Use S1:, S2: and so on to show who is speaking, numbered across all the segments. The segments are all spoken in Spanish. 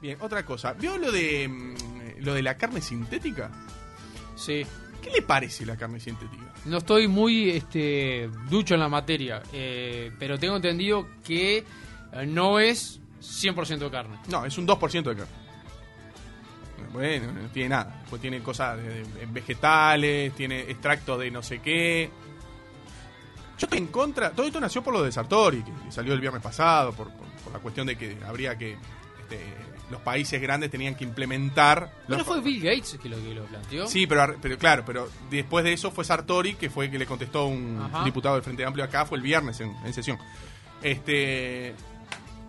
S1: Bien, otra cosa. ¿Vio lo de mm, lo de la carne sintética?
S2: Sí.
S1: ¿Qué le parece la carne sintética?
S2: No estoy muy este, ducho en la materia, eh, pero tengo entendido que eh, no es 100% de carne.
S1: No, es un 2% de carne. Bueno, no tiene nada. Pues tiene cosas de- de vegetales, tiene extracto de no sé qué. Yo estoy en contra. Todo esto nació por lo de Sartori, que salió el viernes pasado, por, por- por la cuestión de que habría que. este, los países grandes tenían que implementar.
S2: ¿No
S1: los-
S2: fue Bill Gates que lo, que lo planteó?
S1: Sí, pero, ar- pero claro, pero después de eso fue Sartori, que fue que le contestó un
S2: Ajá.
S1: diputado del Frente Amplio acá, fue el viernes en, en sesión. Este.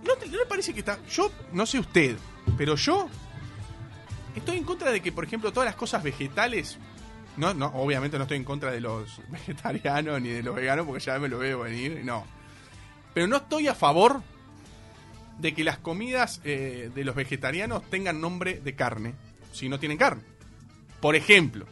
S1: ¿no, te- no le parece que está.? Yo, no sé usted, pero yo. Estoy en contra de que, por ejemplo, todas las cosas vegetales. No, no, obviamente no estoy en contra de los vegetarianos ni de los veganos, porque ya me lo veo venir, no. Pero no estoy a favor de que las comidas eh, de los vegetarianos tengan nombre de carne, si no tienen carne. Por ejemplo,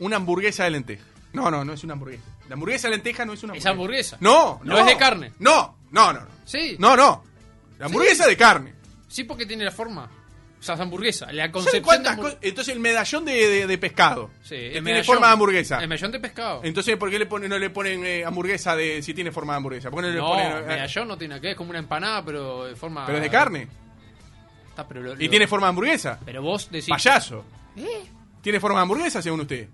S1: una hamburguesa de lenteja. No, no, no es una hamburguesa. La hamburguesa de lenteja no es una
S2: Es
S1: hamburguesa.
S2: hamburguesa.
S1: No, no.
S2: No es de carne.
S1: No, no, no. no.
S2: Sí.
S1: No, no. La hamburguesa de carne.
S2: Sí, porque tiene la forma. O sea, es hamburguesa. La
S1: ¿Saben
S2: concepción de
S1: cuántas
S2: hamburg-
S1: cosas? Entonces el medallón de, de- de pescado.
S2: Sí,
S1: que
S2: el
S1: tiene
S2: medallón.
S1: forma de hamburguesa.
S2: El medallón de pescado.
S1: Entonces, ¿por qué le ponen, no le ponen eh, hamburguesa de si tiene forma de hamburguesa? ¿Por qué no le
S2: no,
S1: ponen, eh,
S2: el medallón no tiene nada que ver, es como una empanada, pero de forma. Ah,
S1: pero es de carne.
S2: Está, pero lo-
S1: Y
S2: lo-
S1: tiene forma de hamburguesa.
S2: Pero vos decís.
S1: Payaso.
S2: ¿Eh?
S1: ¿Tiene forma de hamburguesa según usted?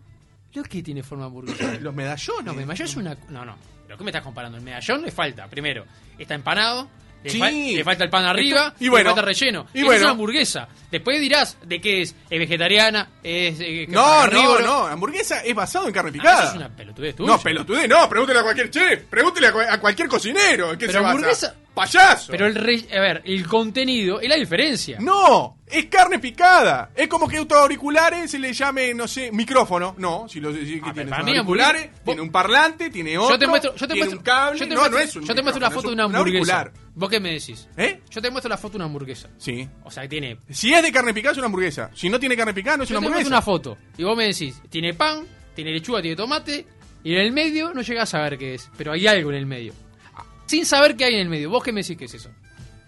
S2: ¿Lo que tiene forma de hamburguesa?
S1: Los medallones.
S2: No, el medallón es una. No, no. ¿Pero qué me estás comparando? El medallón le falta, primero, está empanado. Le,
S1: Sí.
S2: fal- le falta el pan arriba
S1: Esto- y bueno.
S2: le falta relleno.
S1: Y
S2: Esa
S1: bueno.
S2: es una hamburguesa. Después dirás de qué es, es vegetariana, es. eh,
S1: No, no,
S2: carnívoro.
S1: no. Hamburguesa es basado en carne
S2: Ah,
S1: picada.
S2: eso es una pelotudez tuya.
S1: No, pelotudez, no. Pregúntele a cualquier chef. Pregúntele a, cua- a cualquier cocinero. ¿en ¿Qué
S2: Pero
S1: se basa?
S2: hamburguesa-
S1: ¡Payaso!
S2: Pero el re- a ver, el contenido es la diferencia.
S1: No, es carne picada. Es como que a tus auriculares se le llame, no sé, micrófono. No, si lo si- que
S2: pero
S1: tiene
S2: para
S1: sus
S2: mí
S1: auriculares,
S2: hamburguesa-
S1: tiene un parlante, tiene otro.
S2: yo te muestro, yo te
S1: tiene
S2: muestro,
S1: un cable.
S2: yo te
S1: no,
S2: muestro-
S1: no es un
S2: yo te muestro
S1: micrófono,
S2: una foto de una
S1: es un- un
S2: hamburguesa.
S1: auricular.
S2: ¿Vos qué me decís?
S1: ¿Eh?
S2: Yo te muestro la foto de una hamburguesa.
S1: Sí.
S2: O sea, que tiene. Yo
S1: Si es de carne picada, es una hamburguesa. Si no tiene carne picada, no es
S2: te
S1: una
S2: muestro
S1: hamburguesa.
S2: una foto y vos me decís, tiene pan, tiene lechuga, tiene tomate y en el medio no llegás a saber qué es, pero hay algo en el medio. Ah, Sin saber qué hay en el medio, ¿vos qué me decís que es eso?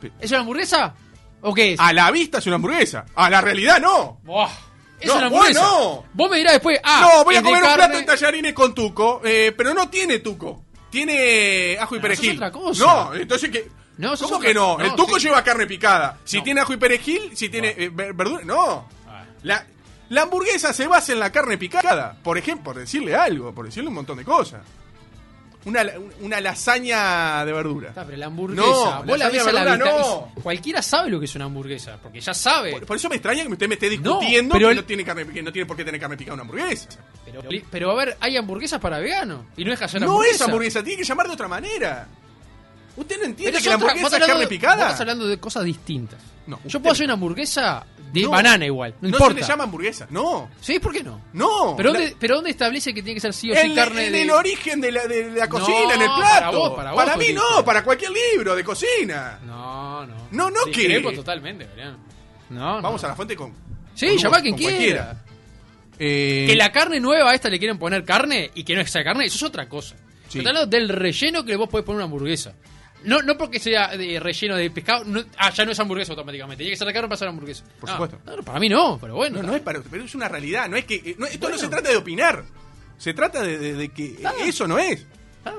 S1: Pe- Ah,
S2: ¿Es una hamburguesa? ¿O qué es?
S1: A la vista es una hamburguesa. A la realidad, no.
S2: Buah, es
S1: No,
S2: una hamburguesa.
S1: bueno.
S2: Vos me dirás después, ah,
S1: no, voy a
S2: es de
S1: comer un
S2: carne.
S1: plato de tallarines con tuco, eh, pero no tiene tuco. Tiene ajo y
S2: Pero Ah, eso
S1: perejil.
S2: es otra cosa.
S1: No, entonces que.
S2: No, eso es
S1: ¿Cómo
S2: otra-
S1: que no?
S2: no,
S1: el tuco
S2: sí.
S1: lleva carne picada. Si
S2: No.
S1: tiene ajo y perejil, si tiene
S2: Bueno.
S1: eh, ver- verdura. No.
S2: Ah.
S1: La, la hamburguesa se basa en la carne picada. Por ejemplo, por decirle algo, por decirle un montón de cosas. Una, la- una lasaña de verdura.
S2: Está, pero la hamburguesa,
S1: No,
S2: vos la
S1: lasaña
S2: ves a la
S1: de verdura,
S2: vista-
S1: no.
S2: Cualquiera sabe lo que es una hamburguesa, porque ya sabe.
S1: Por, por eso me extraña que usted me esté discutiendo
S2: Eh, pero
S1: que,
S2: el-
S1: no tiene carne, que no tiene por qué tener carne picada una hamburguesa.
S2: Pero, pero, a ver, hay hamburguesas para veganos. Y no es callar
S1: No es hamburguesa, tiene que llamar de otra manera. ¿Usted no entiende que la hamburguesa es carne
S2: Vos
S1: picada?
S2: estás hablando de cosas distintas.
S1: No,
S2: Yo
S1: usted-
S2: puedo hacer una hamburguesa de
S1: No.
S2: banana igual.
S1: No,
S2: No, importa.
S1: se le llama hamburguesa, no.
S2: Sí, ¿por qué no?
S1: No.
S2: Pero,
S1: La-
S2: dónde, pero ¿dónde establece que tiene que ser sí o sí
S1: en, la-
S2: carne
S1: en
S2: de...
S1: el origen de la, de la cocina,
S2: No,
S1: en el plato.
S2: para vos, para vos,
S1: mí
S2: Felipe.
S1: no, para cualquier libro de cocina.
S2: No, no.
S1: No, no, ¿qué?
S2: Discrepo totalmente, Mariano. No, no.
S1: Vamos a la fuente con.
S2: Sí,
S1: con
S2: llama
S1: uvas,
S2: a quien
S1: con
S2: quiera.
S1: cualquiera. Eh,
S2: Que la carne nueva a esta le quieren poner carne y que no sea carne, eso es otra cosa.
S1: Sí.
S2: Yo te hablo del relleno que le vos podés poner a una hamburguesa. No, no porque sea de relleno de pescado. no- ah, ya no es hamburguesa automáticamente. Tiene que ser de carne para ser hamburguesa.
S1: Por
S2: Ah,
S1: supuesto.
S2: no, no, para mí no, pero bueno.
S1: No, no es para. Pero es una realidad. No es que. eh, no- esto
S2: Bueno.
S1: no se trata de opinar. Se trata de, de- de que eh, eso no es.
S2: Ah,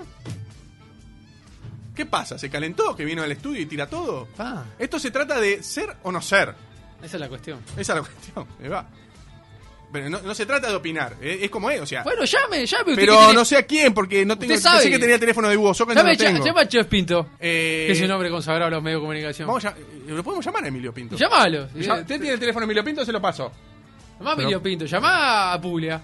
S1: ¿Qué pasa? ¿Se calentó? ¿Que vino al estudio y tira todo?
S2: Ah.
S1: Esto se trata de ser o no ser.
S2: esa es la cuestión.
S1: Esa es la cuestión. ahí va. Pero no, no se trata de opinar. eh, Es, como es, o sea.
S2: Bueno, llame, llame. usted que
S1: pero
S2: tiene-
S1: no sé a quién, porque no tengo.
S2: Usted sabe.
S1: Pensé que tenía teléfono de Hugo Soca, yo
S2: Llame,
S1: no tengo.
S2: ll- llama a Chef Pinto.
S1: Eh,
S2: que es un hombre consagrado a los medios de comunicación.
S1: Vamos a llam- eh, ¿Lo podemos llamar a Emilio Pinto?
S2: Llámalo.
S1: Ya-
S2: Eh,
S1: ¿Usted tiene el teléfono de Emilio Pinto? Se lo paso.
S2: Llamá a Emilio Pinto, llamá a Puglia.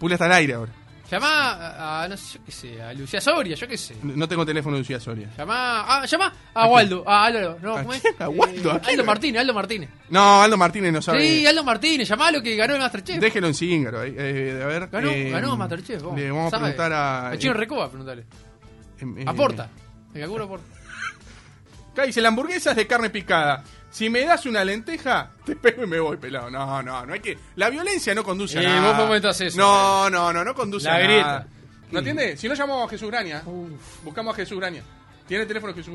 S1: Pule está al aire ahora.
S2: Llamá a, a- no sé, yo qué sé, a Lucía Soria, yo qué sé.
S1: No no tengo teléfono de Lucía Soria.
S2: Llamá, ah, llamá a Waldo, a Álvaro, no,
S1: ¿A
S2: ¿cómo es? Eh,
S1: quién? ¿A Waldo? ¿A quién?
S2: Aldo Martínez, Aldo Martínez.
S1: No, Aldo Martínez no sabe.
S2: Sí, Aldo Martínez, llamalo que ganó el Masterchef.
S1: Déjelo en Zingaro. ahí, eh, a ver.
S2: ganó,
S1: eh,
S2: ganó Masterchef. vos,
S1: Le vamos a
S2: ¿sabe?
S1: preguntar a. eh,
S2: A Chino Recoba, preguntale.
S1: em, eh,
S2: Aporta. El canguro aporta.
S1: Acá dice, la hamburguesa es de carne picada. Si me das una lenteja, te pego y me voy, pelado. No, no, no hay que... La violencia no conduce a
S2: Eh,
S1: nada.
S2: vos por momento haces eso. eh.
S1: No, no, no, no conduce
S2: La
S1: a
S2: grieta.
S1: nada. ¿No entiendes? Si no llamamos a Jesús Graña. Buscamos a Jesús Graña. ¿Tiene teléfono Jesús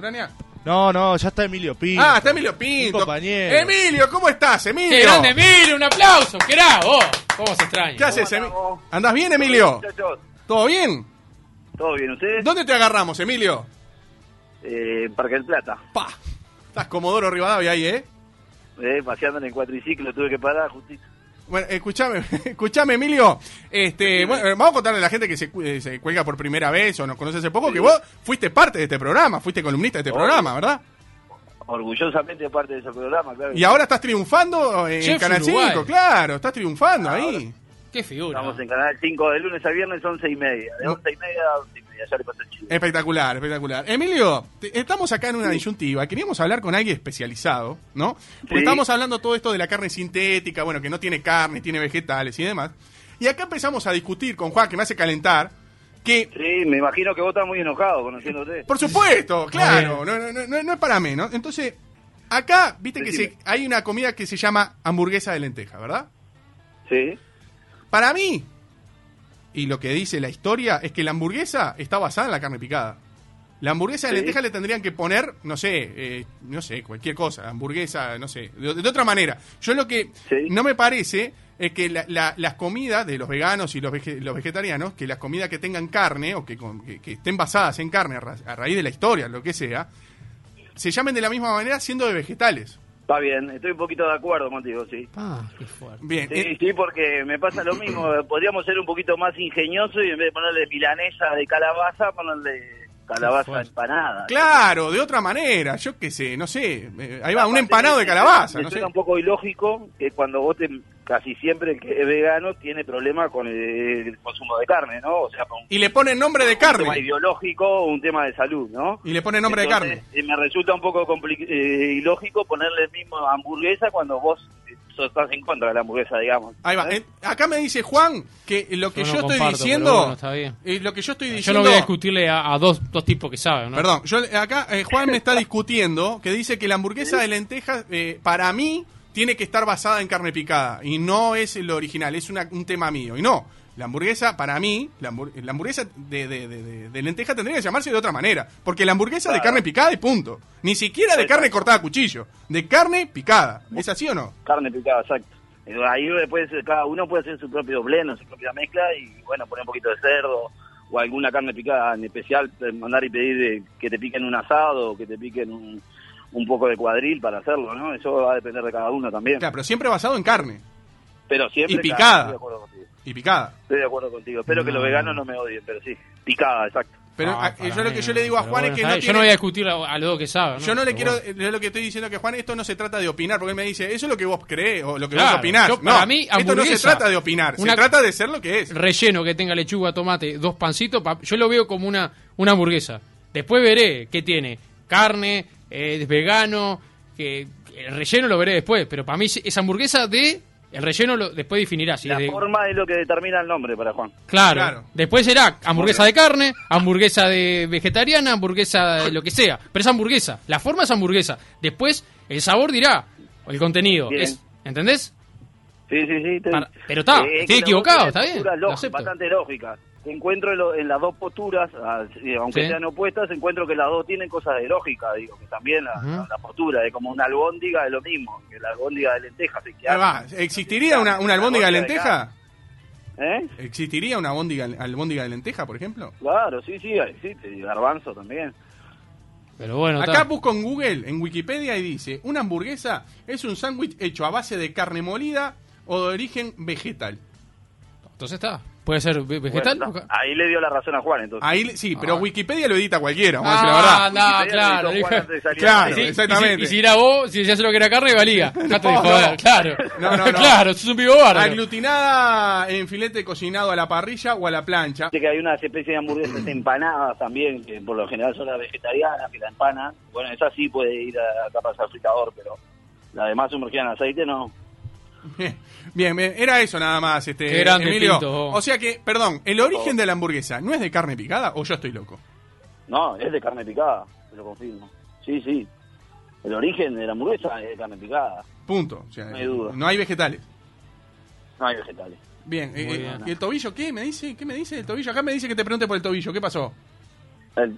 S3: No, no, ya está Emilio Pinto.
S1: Ah, está Emilio
S3: Un
S1: Pinto.
S3: compañero.
S1: Emilio, ¿cómo estás, Emilio?
S2: ¡Qué grande, Emilio! ¡Un aplauso! ¡Qué era vos! ¿Cómo se extraña?
S1: ¿Qué haces,
S4: ¿Cómo andás
S1: Emilio?
S4: vos?
S1: ¿Andás bien, Emilio?
S4: Muchachos,
S1: ¿Todo bien?
S4: ¿todo bien ustedes?
S1: ¿Dónde te agarramos, Emilio?
S4: Eh, en Parque del Plata.
S1: Pa. Estás Comodoro Rivadavia ahí, ¿eh?
S4: Eh, paseando en el cuatriciclo, tuve que parar justito.
S1: Bueno, escúchame, escúchame, Emilio. Este, bueno, eh, vamos a contarle a la gente que se, cu- eh, se cuelga por primera vez o nos conoce hace poco que vos fuiste parte de este programa, fuiste columnista de este
S4: Oh.
S1: programa, ¿verdad?
S4: Orgullosamente parte de ese programa, claro.
S1: Y ahora estás triunfando en
S2: Chef
S1: Canal
S2: Uruguay.
S1: 5, claro, estás triunfando ahí.
S2: ¡Qué figura!
S4: Estamos en Canal 5 de lunes a viernes, 11 y media. De
S1: No.
S4: 11 y media a 11 y media, ya le pasé el chivo.
S1: Espectacular, espectacular. Emilio, te- estamos acá en una disyuntiva. Queríamos hablar con alguien especializado, ¿no? Porque
S4: Sí.
S1: estamos hablando todo esto de la carne sintética, bueno, que no tiene carne, tiene vegetales y demás. Y acá empezamos a discutir con Juan, que me hace calentar, que
S4: Sí, me imagino que vos estás muy enojado conociéndote.
S1: Por supuesto, claro, no, no, no, no es para menos. Entonces, acá, viste que
S4: Decime.
S1: se- hay una comida que se llama hamburguesa de lenteja, ¿verdad?
S4: Sí.
S1: Para mí, y lo que dice la historia, es que la hamburguesa está basada en la carne picada. La hamburguesa de
S4: Sí.
S1: lenteja le tendrían que poner, no sé, eh, no sé, cualquier cosa, hamburguesa, no sé, de, de otra manera. Yo lo que
S4: Sí.
S1: no me parece es que la- la- las comidas de los veganos y los, vege- los vegetarianos, que las comidas que tengan carne o que, con- que- que estén basadas en carne a, ra- a raíz de la historia, lo que sea, se llamen de la misma manera siendo de vegetales.
S4: Está bien, estoy un poquito de acuerdo contigo, sí.
S2: Ah, qué fuerte.
S1: Bien,
S4: Sí,
S1: eh,
S4: sí, porque me pasa lo mismo. Podríamos ser un poquito más ingeniosos y en vez de ponerle milanesa de calabaza, ponerle calabaza empanada.
S1: claro, de otra manera, yo qué sé, no sé, eh, ahí va, un
S4: Aparte,
S1: empanado de
S4: me- me-
S1: calabaza,
S4: me
S1: no sé.
S4: suena un poco ilógico que cuando vos te- casi siempre el que es vegano tiene problemas con el, el consumo de carne, ¿no? O sea, con
S1: Y le ponen nombre de
S4: un tema
S1: carne.
S4: ideológico o un tema de salud, ¿no?
S1: Y le ponen nombre de
S4: Entonces,
S1: carne.
S4: eh, Me resulta un poco compli- eh, ilógico ponerle el mismo hamburguesa cuando vos eh, sos- estás en contra de la hamburguesa, digamos.
S1: Ahí va.
S4: ¿Eh?
S1: Eh, acá me dice Juan que lo que yo,
S2: Yo no
S1: estoy
S2: comparto,
S1: diciendo.
S2: pero bueno, está bien.
S1: eh, lo que yo estoy
S2: Yo
S1: diciendo.
S2: no voy a discutirle a, a dos, dos tipos que saben, ¿no?
S1: Perdón, yo eh, acá eh, Juan me está discutiendo que dice que la hamburguesa de lentejas, eh, para mí, tiene que estar basada en carne picada. Y no es lo original, es una- un tema mío. Y no, la hamburguesa, para mí, la, hambur- la hamburguesa de, de, de- de- de lenteja tendría que llamarse de otra manera. Porque la hamburguesa de
S4: Claro.
S1: carne picada y punto. Ni siquiera de carne cortada a cuchillo. De carne picada. ¿Es así o no?
S4: Carne picada, exacto. Eh, Ahí después eh, cada uno puede hacer su propio blend, o su propia mezcla y bueno, poner un poquito de cerdo o alguna carne picada en especial, eh, mandar y pedir eh, que te piquen un asado o que te piquen un, un poco de cuadril para hacerlo, ¿no? Eso va a depender de cada uno también.
S1: Claro, pero siempre basado en carne.
S4: Pero siempre...
S1: Y picada.
S4: estoy de acuerdo contigo.
S1: Y picada.
S4: Estoy de acuerdo contigo. Espero que los veganos no me odien, pero sí, picada, exacto.
S1: Pero
S2: Ah,
S1: ah,
S2: para
S1: yo lo
S2: mí
S1: que
S2: no.
S1: yo le digo a
S2: Pero
S1: Juan
S2: bueno,
S1: es que
S2: está
S1: no
S2: bien. Yo
S1: tiene-
S2: no voy a discutir a, a los dos que saben. ¿no?
S1: yo no le
S2: Pero
S1: quiero, eh,
S2: bueno.
S1: yo lo que estoy diciendo que Juan esto no se trata de opinar, porque él me dice, eso es lo que vos crees o lo que vos
S2: Claro,
S1: opinás.
S2: yo-
S1: no,
S2: para mí,
S1: esto no se
S2: hamburguesa,
S1: trata de opinar, se
S2: una-
S1: trata de ser lo que es.
S2: Relleno que tenga lechuga, tomate, dos pancitos. pa- Yo lo veo como una, una hamburguesa. Después veré qué tiene. Carne, eh, es vegano. Que, el relleno lo veré después. Pero para mí es hamburguesa de. El relleno lo, después definirá. Si
S4: La
S2: es de-
S4: forma es lo que determina el nombre para Juan.
S2: Claro.
S1: Claro.
S2: Después será hamburguesa de carne, hamburguesa de vegetariana, hamburguesa de lo que sea. Pero es hamburguesa. La forma es hamburguesa. Después el sabor dirá. o El contenido.
S4: Bien.
S2: Es- ¿Entendés?
S4: Sí, sí, sí. te-
S2: Para- pero está,
S4: es
S2: estoy
S4: que las
S2: equivocado,
S4: dos
S2: está bien,
S4: posturas
S2: lo
S4: lógicas,
S2: acepto.
S4: bastante lógica. Encuentro en, lo- en las dos posturas, ah, sí, aunque
S2: Sí.
S4: sean opuestas, encuentro que las dos tienen cosas de lógica, digo, que también la,
S2: Ajá.
S4: la postura, de como una albóndiga es lo mismo, que la albóndiga de lentejas. es que
S1: Ahí va,
S4: hace-
S1: ¿Existiría una, una albóndiga de lenteja?
S4: ¿Eh?
S1: ¿Existiría una albóndiga, albóndiga de lenteja, por ejemplo?
S4: Claro, sí, sí, existe, y garbanzo también.
S2: Pero bueno,
S1: Acá
S2: está.
S1: busco en Google, en Wikipedia, y dice, una hamburguesa es un sándwich hecho a base de carne molida o de origen vegetal.
S2: Entonces está. Puede ser ve- vegetal.
S4: Bueno,
S2: o ca-
S4: está, ahí le dio la razón a Juan, entonces.
S1: Ahí, le- sí, pero
S2: Ah.
S1: Wikipedia lo edita cualquiera, vamos a decir la verdad.
S2: Ah, anda,
S4: Wikipedia
S2: claro.
S4: lo dijo Juan antes de salir.
S1: Claro,
S2: Sí, y si-
S1: exactamente.
S2: Y si, era vos, si decías lo que era carne, valía. Dejate de
S1: No,
S2: joder,
S1: no.
S2: claro.
S1: No, no, no.
S2: Claro, sos un vivo bárbaro.
S1: Aglutinada en filete cocinado a la parrilla o a la plancha.
S4: Viste que hay unas especies de hamburguesas empanadas también, que por lo general son las vegetarianas, que la empanan. Bueno, esa sí puede ir a tapas al fritador, pero la demás sumergida en aceite no.
S1: Bien, bien, era eso nada más, este
S2: Qué grande,
S1: Emilio.
S2: Pinto, vos.
S1: O sea que, perdón, el
S4: Oh.
S1: origen de la hamburguesa no es de carne picada o yo estoy loco.
S4: No, es de carne picada, te lo confirmo. Sí, sí. El origen de la hamburguesa es de carne picada,
S1: Punto. O sea,
S4: No hay duda.
S1: no hay vegetales.
S4: no hay vegetales.
S1: Bien, eh,
S2: Muy
S1: eh,
S2: bien.
S1: ¿y el tobillo qué me dice? ¿Qué me dice el tobillo? Acá me dice que te pregunte por el tobillo, ¿qué pasó?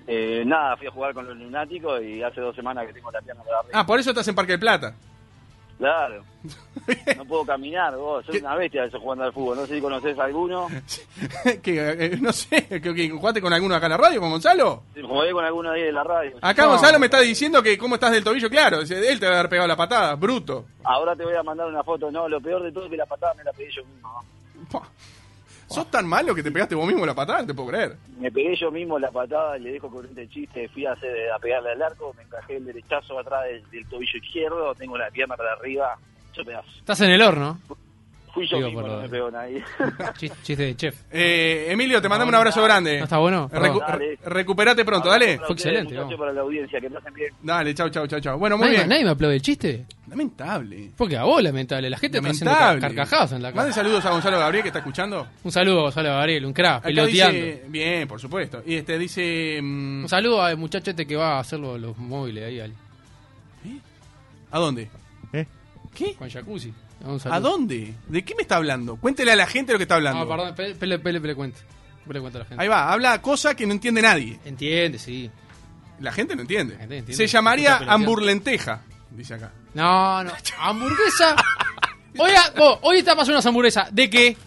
S4: Eh, nada, fui a jugar con los lunáticos y hace dos semanas que tengo la pierna para arriba.
S1: Ah, por eso estás en Parque del Plata.
S4: Claro. No puedo caminar, vos, soy una bestia de eso jugando al fútbol. No sé si conoces a alguno.
S1: que, eh, no sé, que, que jugaste con alguno acá en la radio, con Gonzalo.
S4: Si Jugué con alguno ahí de la radio.
S1: Acá Gonzalo me está diciendo que cómo estás del tobillo, claro. dice, Él te va a haber pegado la patada, bruto.
S4: Ahora te voy a mandar una foto. No, lo peor de todo es que la patada me la pegué yo mismo. ¿no?
S1: Pua. Sos tan malo que te pegaste vos mismo la patada, no te puedo creer.
S4: Me pegué yo mismo la patada, le dejo corriente el chiste, fui a, hacer, a pegarle al arco, me encajé el derechazo atrás del, del tobillo izquierdo, tengo la pierna para arriba, yo pedazo.
S2: Estás en el horno.
S4: Fui yo
S2: Digo,
S4: mismo,
S2: por
S4: no
S2: lo-
S4: me pegó nadie.
S2: Chis- Chiste de chef.
S1: Eh, Emilio, te mandamos un abrazo grande.
S2: ¿No está bueno?
S1: Recu-
S4: Perdón.
S1: re- recuperate pronto, dale.
S4: Para
S2: Fue
S4: ustedes,
S2: excelente,
S4: muchachos,
S2: vamos.
S4: para la audiencia, que pasen bien.
S1: Dale, chau, chau, chau, chau. Bueno, muy
S2: ¿Nadie,
S1: bien.
S2: nadie me aplaude el chiste.
S1: Lamentable.
S2: Porque a vos, lamentable. La gente está haciendo
S1: Lamentable.
S2: car- carcajadas en la
S1: Mande
S2: cara.
S1: saludos a Gonzalo Gabriel que está escuchando.
S2: Un saludo a Gonzalo Gabriel, un crack,
S1: Acá
S2: piloteando.
S1: dice- bien, por supuesto. Y este dice mm,
S2: Un saludo al muchacho este que va a hacer los, los móviles ahí al,
S1: ¿A dónde?
S3: ¿Eh?
S1: ¿Qué?
S2: con jacuzzi. Un saludo.
S1: ¿A dónde? ¿De qué me está hablando? Cuéntele a la gente lo que está hablando.
S2: No, Ah, perdón, pele, pele, pele, pele cuento. Pele cuento a la gente.
S1: Ahí va, habla cosa que no entiende nadie.
S2: Entiende, sí.
S1: La gente no entiende.
S2: gente no entiende.
S1: Se llamaría
S2: Escucha, pero
S1: hamburlenteja, dice acá.
S2: No, no. Hamburguesa. Oiga, vos, hoy está pasando unas hamburguesas. ¿De qué?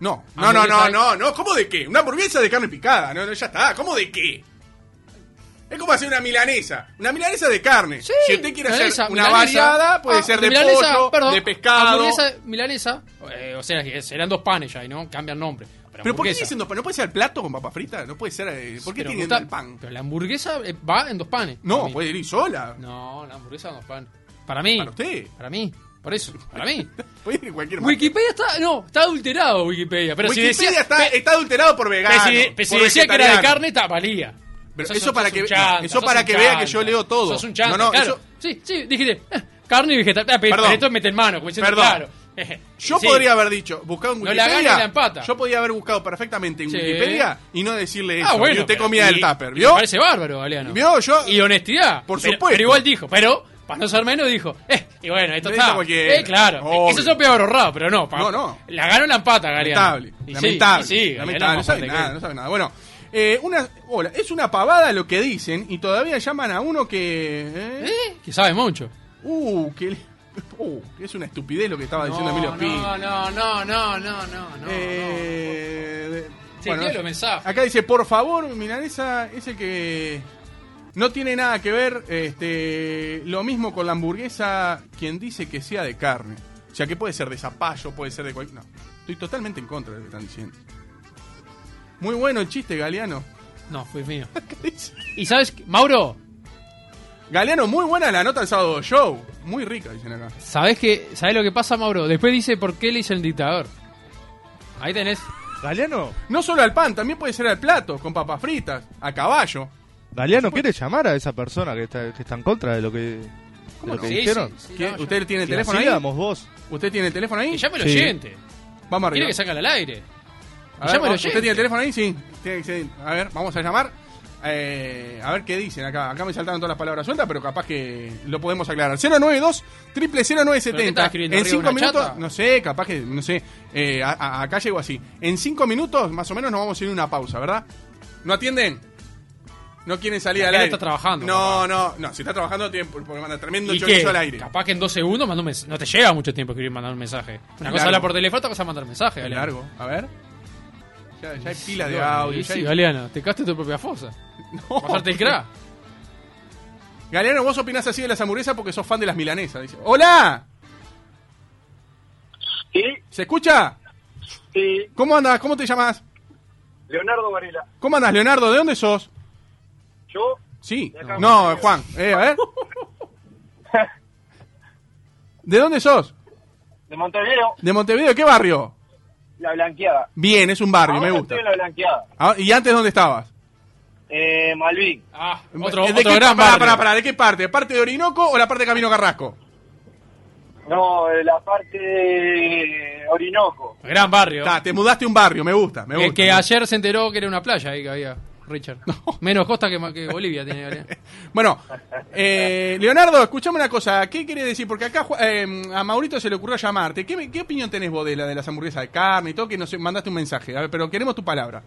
S1: No, no, no, no,
S2: Hamburguesa-
S1: no, no, ¿cómo de qué? Una hamburguesa de carne picada, no, no, ya está, ¿cómo de qué? Es como hacer una milanesa, una milanesa de carne. si usted quiere
S2: milanesa,
S1: hacer una
S2: milanesa.
S1: variada, puede
S2: Ah,
S1: ser de
S2: milanesa,
S1: pollo,
S2: perdón,
S1: de pescado.
S2: Hamburguesa, milanesa. eh, o sea, que serán dos panes ya, y ¿no? Cambian nombre.
S1: ¿Pero por
S2: Pero,
S1: qué
S2: hamburguesa.
S1: dicen dos panes? ¿No puede ser al plato con papa frita? ¿No puede ser? eh, ¿Por qué
S2: Pero
S1: tienen
S2: gusta-
S1: el pan?
S2: Pero la hamburguesa eh, va en dos panes. para
S1: No,
S2: mí.
S1: puede ir sola.
S2: No, la hamburguesa va en dos panes. Para mí.
S1: Para usted.
S2: Para mí. Por eso. Para mí.
S1: Puede ir en cualquier marca.
S2: Wikipedia está. No, está adulterado Wikipedia. Pero
S1: Wikipedia
S2: si decía.
S1: está,
S2: pe-
S1: está adulterado por
S2: pe-
S1: vegano.
S2: si, pe- si
S1: por
S2: decía que era de
S1: vegetariano.
S2: carne, está valía.
S1: Pero
S2: Sos
S1: eso
S2: un-
S1: para
S2: sos
S1: que
S2: un
S1: ve-
S2: chanta,
S1: eso
S2: sos
S1: para
S2: un
S1: que vea que
S2: chanta.
S1: yo leo todo.
S2: Sos un chanta,
S1: No, no,
S2: claro.
S1: eso-
S2: Sí, sí, dijiste. eh, Carne y vegetal. Ah, pero
S1: Perdón.
S2: esto meten mano, como diciendo,
S1: Perdón.
S2: claro.
S1: Yo
S2: Sí.
S1: podría haber dicho, buscado en
S2: No la
S1: Wikipedia.
S2: gana ni la empata.
S1: Yo podía haber buscado perfectamente en
S2: Sí.
S1: Wikipedia y no decirle eso.
S2: Ah, bueno.
S1: y usted
S2: pero-
S1: comía
S2: y-
S1: del tupper,
S2: y
S1: ¿vio?
S2: Me parece bárbaro, Galeano.
S1: ¿Vio? Yo-
S2: Y honestidad.
S1: Por
S2: Pero-
S1: supuesto.
S2: Pero igual dijo, pero para no ser menos dijo, eh, y bueno, esto
S1: Me
S2: está.
S1: dijo cualquiera.
S2: Eh, claro.
S1: Obvio.
S2: Eso es peor ahorrado, pero no. pa-
S1: No, no.
S2: La ganó la empata, Galeano.
S1: Lamentable.
S2: Y sí,
S1: lamentable.
S2: y sí, Galeano
S1: lamentable. No
S2: más
S1: sabe
S2: fuerte
S1: nada,
S2: que-
S1: no sabe nada. Bueno, eh, una, hola, es una pavada lo que dicen y todavía llaman a uno que. eh,
S2: ¿Eh? Que sabe mucho.
S1: Uh, que. Uh, es una estupidez lo que estaba diciendo Emilio
S2: No,
S1: Espín.
S2: no, no, no, no, no, no, no.
S1: Eh,
S2: Sí, tiene los mensajes.
S1: Acá dice, por favor, Milanesa es el que no tiene nada que ver este, lo mismo con la hamburguesa quien dice que sea de carne. O sea, que puede ser de zapallo, puede ser de cualquier... No, estoy totalmente en contra de lo que están diciendo. Muy bueno el chiste, Galeano.
S2: No, fue mío.
S1: ¿Qué dice?
S2: Y sabes, qué? Mauro,
S1: Galeano, muy buena la nota del sábado show. Muy rica, dicen acá.
S2: ¿sabes que sabes lo que pasa, Mauro? Después dice por qué le hice el dictador. Ahí tenés.
S3: Galeano,
S1: No solo al pan, también puede ser al plato, con papas fritas, a caballo.
S3: Galeano quiere llamar a esa persona que está, que está en contra de lo que, de lo que
S2: Sí,
S3: dijeron.
S2: sí, sí,
S1: ¿Qué?
S2: no, yo-
S1: ¿Usted tiene el
S3: Que
S1: teléfono
S3: así
S1: ahí?
S3: le damos voz.
S1: ¿Usted tiene el teléfono ahí?
S2: Que llame el
S3: Sí.
S2: oyente.
S1: Vamos arriba.
S2: Quiere que sacan al aire.
S1: A ver,
S2: Llámalo,
S1: vamos-
S2: oyente.
S1: ¿Usted tiene el teléfono ahí? Sí. Tiene que ser- A ver, vamos a llamar. Eh, a ver qué dicen acá. Acá me saltaron todas las palabras sueltas, pero capaz que lo podemos aclarar. 092
S2: ¿Pero qué estaba
S1: 0970
S2: escribiendo
S1: En
S2: arriba,
S1: 5
S2: una
S1: minutos,
S2: chata?
S1: no sé, capaz que, no sé. Eh, a- a- acá llego así. En 5 minutos, más o menos, nos vamos a ir a una pausa, ¿verdad? ¿No atienden? No quieren salir
S2: La
S1: al
S2: gente
S1: aire.
S2: está trabajando,
S1: No, no, no. Si está trabajando, tiene porque manda tremendo
S2: ¿Y
S1: chorizo
S2: qué?
S1: al aire.
S2: Capaz que en dos segundos manda un mens- No te lleva mucho tiempo escribir mandar un mensaje. Una
S1: Es
S2: cosa habla
S1: largo.
S2: por teléfono, otra cosa mandar mensaje,
S1: Es
S2: Galeano.
S1: largo. A ver. Ya, ya hay pila
S2: Y
S1: de audio. ya
S2: sí,
S1: hay- Oh,
S2: Galeano, te caste tu propia fosa.
S1: No.
S2: Pasarte el crack.
S1: Galeano, vos opinás así de las hamburguesas porque sos fan de las milanesas. Dice. ¡Hola!
S5: Sí,
S1: ¿Se escucha?
S5: sí,
S1: ¿Cómo andas? ¿Cómo te llamas?
S5: Leonardo Varela.
S1: ¿Cómo andas, Leonardo? ¿De dónde sos?
S5: Yo,
S1: Sí.
S5: acá.
S1: No, Juan. Eh, a ver. ¿De dónde sos?
S5: de Montevideo,
S1: ¿De Montevideo? ¿Qué barrio?
S5: La Blanqueada.
S1: Bien, es un barrio,
S5: Ahora
S1: me gusta.
S5: Ah, estoy en La Blanqueada.
S1: Ah, ¿Y antes dónde estabas?
S5: Eh, Malvin,
S2: Ah, otro,
S1: ¿De
S2: otro
S1: qué,
S2: gran
S1: pará,
S2: barrio.
S1: pará, pará, ¿De qué parte? ¿Parte de Orinoco o la parte de Camino Carrasco?
S5: no, de la parte de Orinoco.
S2: Gran barrio.
S1: Ta, te mudaste un barrio, me gusta, me
S2: El
S1: gusta.
S2: que ayer se enteró que era una playa ahí que había, Richard. Menos costa que, ma- que Bolivia tiene Galeano.
S1: Bueno, eh, Leonardo, escuchame una cosa. ¿Qué querés decir? Porque acá Ju- eh, a Maurito se le ocurrió llamarte. ¿Qué, me- qué opinión tenés vos de la de las hamburguesas de carne y todo? Que nos mandaste un mensaje. A ver, pero queremos tu palabra.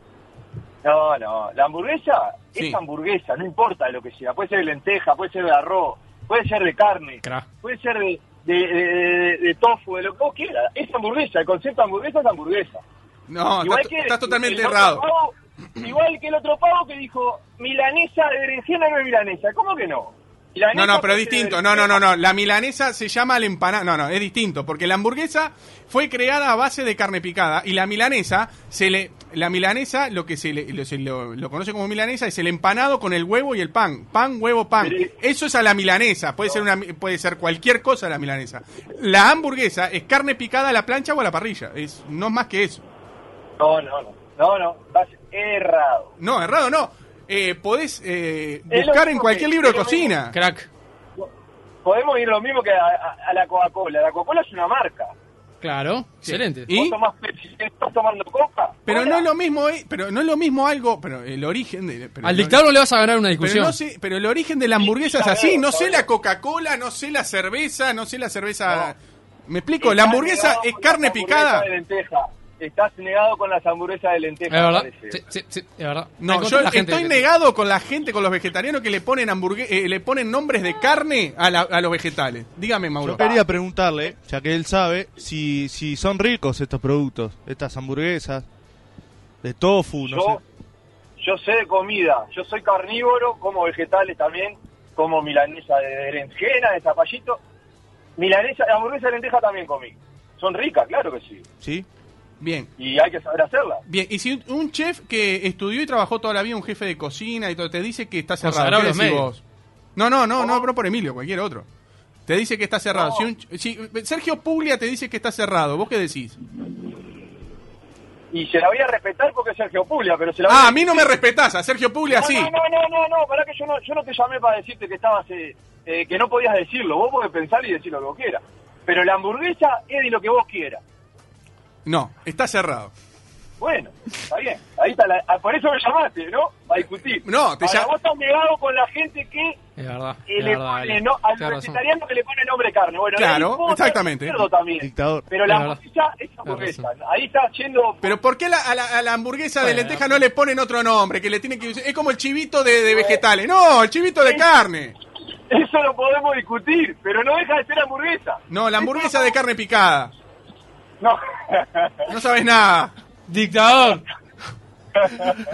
S4: No, no. La hamburguesa
S1: Sí.
S4: es hamburguesa, no importa lo que sea. Puede ser de lenteja, puede ser de arroz, puede ser de carne,
S2: Cra.
S4: puede ser de, de, de- de tofu, de lo que vos quieras. Es hamburguesa, el concepto de hamburguesa es hamburguesa.
S1: No, estás, estás totalmente
S4: el otro
S1: errado.
S4: pavo- igual que el otro pavo que dijo milanesa de berenjena no es milanesa. ¿Cómo que no?
S1: No,
S4: Milanesa
S1: no, pero es
S4: puede ser de
S1: distinto. No, no,
S4: berenjena.
S1: no, no. La milanesa se llama la empanada. No, no, es distinto. Porque la hamburguesa fue creada a base de carne picada. Y la milanesa, se le, la milanesa, lo que se, le- lo, se lo- lo conoce como milanesa, es el empanado con el huevo y el pan. Pan, huevo, pan.
S4: Pero-
S1: Eso es a la milanesa. Puede ser, una, mi- puede ser cualquier cosa a la milanesa. La hamburguesa es carne picada a la plancha o a la parrilla. Es, no es más que eso.
S4: No, no, no. No, no. Estás errado.
S1: No, errado no. Eh, podés eh,
S4: Es lo
S1: buscar en
S4: mismo
S1: cualquier
S4: que-
S1: libro de
S4: es lo mismo.
S1: cocina.
S2: Crack.
S4: Podemos ir lo mismo que a, a- a la Coca-Cola. La Coca-Cola es una marca.
S2: Claro.
S1: Sí.
S2: Excelente.
S1: ¿Y?
S4: Vos tomás Pepsi, estás tomando coca.
S1: Pero
S4: Hola.
S1: no es lo mismo, eh, pero no es lo mismo algo, pero el origen de, pero
S2: Al
S1: el
S2: dictador
S1: ori-
S2: no le vas a ganar una
S1: pero,
S2: discusión.
S1: no sé- pero el origen de la hamburguesa es
S4: está
S1: así,
S4: bien,
S1: no
S4: está
S1: sé
S4: bien.
S1: la Coca-Cola, no sé la cerveza, no sé la cerveza. Me
S4: Estás
S1: explico, la hamburguesa
S4: negado
S1: es
S4: con las
S1: carne
S4: hamburguesas
S1: picada.
S4: de lenteja. Estás negado con las hamburguesas de
S2: Es
S4: lenteja.
S2: verdad.
S4: parece.
S2: Sí, sí, sí, es verdad. Está en
S1: No,
S2: contra
S1: yo
S2: de la gente
S1: estoy
S2: que-
S1: negado con la gente, con los vegetarianos que le ponen hamburgue eh, le ponen nombres de carne a, la- a los vegetales. Dígame, Mauro.
S3: Yo quería preguntarle, ya que él sabe, si, si son ricos estos productos, estas hamburguesas, de tofu, no
S4: Yo,
S3: sé.
S4: yo sé de comida. Yo soy carnívoro, como vegetales también, como milanesa de berenjena, de zapallito. Milanesa, hamburguesa de lenteja también comí. Son ricas, claro que sí.
S3: ¿Sí?
S1: Bien.
S4: Y hay que saber hacerlas.
S1: Bien, y si un- un chef que estudió y trabajó toda la vida, un jefe de cocina y todo, te dice que está cerrado,
S2: Consagrado
S1: ¿qué
S2: en los
S1: decís
S2: medios.
S1: vos? No, no, no, no,
S4: ¿Cómo?
S1: no por Emilio, cualquier otro. Te dice que está cerrado.
S4: No.
S1: Si, un ch- si Sergio Puglia te dice que está cerrado, ¿vos qué decís?
S4: Y se la voy a respetar porque es Sergio Puglia, pero se la voy
S1: Ah,
S4: a
S1: a mí no me respetás, a Sergio Puglia sí.
S4: No, no, no, no, no, pará que yo no, yo no te llamé para decirte que estabas, eh, eh, que no podías decirlo. Vos podés pensar y decir lo que vos quieras. Pero la hamburguesa es de lo que vos quieras.
S1: No, está cerrado.
S4: Bueno, está bien. Ahí está la- ah, por eso me llamaste, ¿no? Para discutir.
S1: No, te
S4: Ahora,
S1: llam-
S4: Vos estás negado con la gente que eh,
S2: Es verdad. es
S4: le
S2: verdad,
S4: pone,
S2: Ale.
S4: ¿no? Al
S2: Tenés razón.
S4: vegetariano que le pone nombre de carne. Bueno,
S1: Claro,
S4: ahí puedo estar
S1: exactamente.
S4: de acuerdo también.
S3: Dictador.
S4: Pero la
S2: Es verdad.
S4: hamburguesa es
S2: Tenés
S4: hamburguesa.
S2: razón.
S4: Ahí está yendo...
S1: Pero ¿por qué la- a, la, a la hamburguesa de
S2: Bueno.
S1: lenteja no le ponen otro nombre? Que le tienen que Es como el chivito de, de vegetales. No, el chivito de carne.
S4: Eso lo podemos discutir, pero no deja de ser hamburguesa.
S1: No, la hamburguesa de carne picada.
S4: No.
S1: No sabes nada.
S2: Dictador.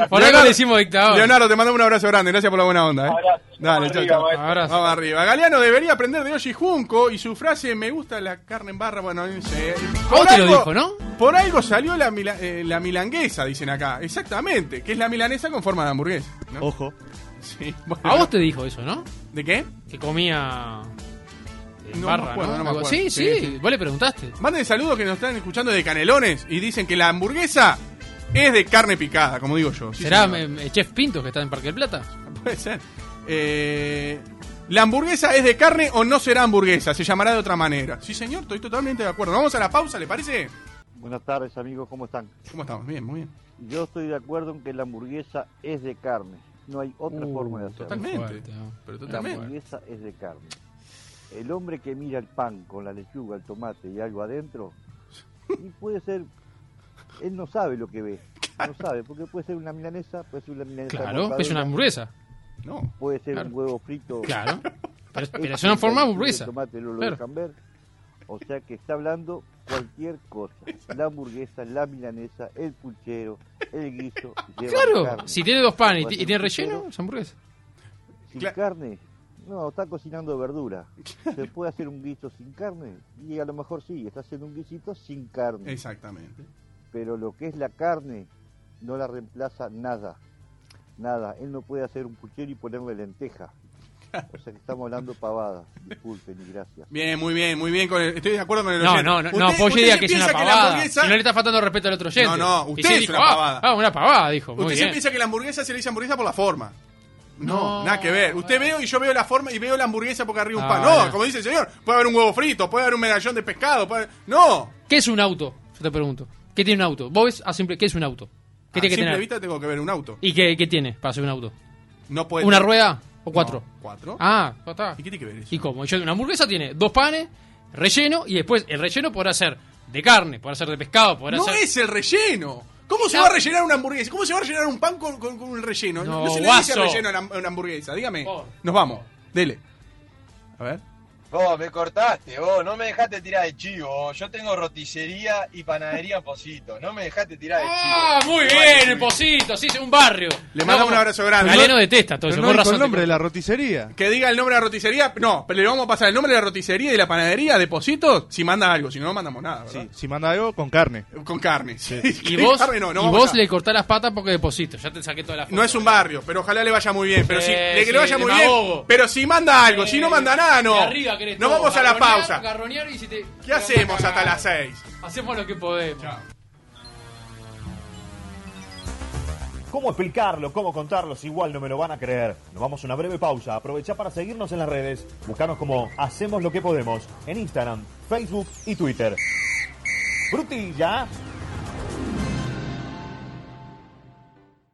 S2: Por algo le decimos dictador.
S1: Leonardo, te mandamos un abrazo grande. Gracias por la buena onda. ¿eh?
S4: Abrazo.
S1: Dale,
S4: Vamos
S1: chao,
S4: arriba,
S1: chao.
S4: maestro.
S2: Abrazo.
S1: Vamos arriba. Galeano debería aprender de Yoshi Junco y su frase me gusta la carne en barra. Bueno, no sé.
S2: ¿Cómo
S1: Por
S2: te lo
S1: algo-
S2: dijo, no?
S1: Por algo salió la, mila- eh, la milanguesa, dicen acá. Exactamente, que es la milanesa con forma de hamburguesa. ¿no?
S3: Ojo.
S1: Sí, bueno.
S2: Oh. A vos te dijo eso, ¿no?
S1: ¿De qué?
S2: Que comía. eh,
S1: No me
S2: barra,
S1: acuerdo, no me
S2: Algo-
S1: acuerdo.
S2: Sí, sí,
S1: Sí, sí.
S2: Vos le preguntaste.
S1: Manden saludos que nos están escuchando de Canelones y dicen que la hamburguesa es de carne picada, como digo yo. Sí,
S2: ¿Será
S1: señor.
S2: eh, eh, Chef Pintos que está en Parque del Plata?
S1: Puede ser. Eh, ¿La hamburguesa es de carne o no será hamburguesa? Se llamará de otra manera. Sí, señor, estoy totalmente de acuerdo. Vamos a la pausa, ¿le parece?
S6: Buenas tardes amigos, ¿cómo están?
S1: ¿Cómo estamos? Bien, muy bien.
S6: Yo estoy de acuerdo en que la hamburguesa es de carne, no hay otra forma de hacerlo.
S1: Totalmente.
S2: fuerte, ¿no?
S1: Pero
S6: La
S1: totalmente.
S6: hamburguesa es de carne. El hombre que mira el pan con la lechuga, el tomate y algo adentro, y puede ser, él no sabe lo que ve, no sabe, porque puede ser una milanesa, puede ser una milanesa
S2: Claro,
S6: mortadela,
S2: es una hamburguesa.
S1: No.
S6: puede ser
S2: claro.
S6: un huevo frito,
S2: Claro. Pero, pero es
S6: la
S2: una forma de
S6: lechuga,
S2: hamburguesa.
S6: El tomate no lo
S2: Claro.
S6: dejan ver. O sea que está hablando cualquier cosa. La hamburguesa, la milanesa, el puchero, el guiso. lleva
S2: Ah, Claro.
S6: carne.
S2: Si tiene dos panes y ti-
S6: Puede
S2: y,
S6: ser
S2: tiene
S6: un
S2: relleno,
S6: puchero
S2: es hamburguesa.
S6: Sin
S1: Cla-
S6: carne. No, está cocinando verdura. ¿Se puede hacer un guiso sin carne? Y a lo mejor sí, está haciendo un guisito sin carne.
S1: Exactamente.
S6: Pero lo que es la carne no la reemplaza nada. Nada. Él no puede hacer un puchero y ponerle lenteja. O sea que estamos hablando pavada. Disculpen y gracias.
S1: Bien, muy bien, muy bien. con el- estoy de acuerdo con el
S2: No,
S1: oyente.
S2: no, no,
S1: Usted-
S2: no Paul
S1: usted
S2: diga
S1: se
S2: que es una
S1: piensa la
S2: pavada.
S1: hamburguesa-
S2: Y no le está faltando respeto al otro oyente.
S1: No, no,
S2: Y
S1: usted
S2: sí
S1: es
S2: dijo,
S1: una
S2: ah,
S1: pavada.
S2: Ah, una pavada, dijo. Muy
S1: Usted se
S2: bien.
S1: piensa que la hamburguesa se le dice hamburguesa por la forma. No,
S2: No.
S1: nada que ver. Usted veo y yo veo la forma y veo la hamburguesa porque arriba un
S2: Ah,
S1: pan. No,
S2: no.
S1: como dice el señor, puede haber un huevo frito, puede haber un medallón de pescado, puede haber- No.
S2: ¿Qué es un auto? Yo te pregunto. ¿Qué tiene un auto? Vos ves a simple... ¿Qué es un auto? ¿Qué
S1: A
S2: tiene que
S1: simple
S2: tener?
S1: vista tengo que ver un auto.
S2: ¿Y qué, qué tiene para ser un auto?
S1: No puede
S2: ¿Una rueda o cuatro?
S1: No, cuatro.
S2: Ah, ya está.
S1: ¿Y qué tiene que ver eso?
S2: ¿Y cómo? Yo, una hamburguesa tiene dos panes, relleno, y después el relleno podrá ser de carne, podrá ser de pescado, podrá
S1: No
S2: ser...
S1: es el relleno. ¿Cómo se va a rellenar una hamburguesa? ¿Cómo se va a rellenar un pan con, con- con un relleno? No,
S2: No, Oh.
S1: se le dice
S2: guaso.
S1: relleno a la- a una hamburguesa. Dígame.
S2: Por.
S1: Nos vamos. Dele. A ver.
S7: Vos, me cortaste, vos, no me dejaste tirar de chivo. Yo tengo roticería y panadería en Posito. No me dejaste tirar de chivo.
S2: ¡Ah, muy bien, el Pocito! Sí, es un barrio.
S1: Le mando
S2: como-
S1: un abrazo grande.
S2: Galeno detesta todo
S3: Pero
S2: eso,
S3: no
S2: con
S3: dijo
S2: razón.
S3: el nombre de la roticería.
S1: Que diga el nombre de la roticería. No, pero le vamos a pasar el nombre de la roticería y de la panadería, depósitos, si manda algo. Si no, no mandamos nada, ¿verdad?
S3: Sí, si manda algo, con carne.
S1: Con carne. sí.
S2: Y vos,
S1: Carne Ah, no, no
S2: y
S1: vamos
S2: vos
S1: a-
S2: le cortás las patas porque deposito. Ya te saqué toda la foto.
S1: No es un barrio, pero ojalá le vaya muy bien. Pero
S2: Sí,
S1: si le, que
S2: sí,
S1: le vaya muy bien.
S2: demagogo.
S1: Pero si manda algo, si no manda nada, no.
S2: De arriba querés
S1: No
S2: todo,
S1: vamos a la
S2: garronear,
S1: pausa.
S2: garronear y si te-
S1: ¿Qué hacemos hasta las 6?
S2: Hacemos lo que podemos.
S8: ¿Cómo explicarlo? ¿Cómo contarlos? Igual no me lo van a creer. Nos vamos a una breve pausa. Aprovecha para seguirnos en las redes. Buscanos como Hacemos lo que podemos en Instagram, Facebook y Twitter. Frutilla.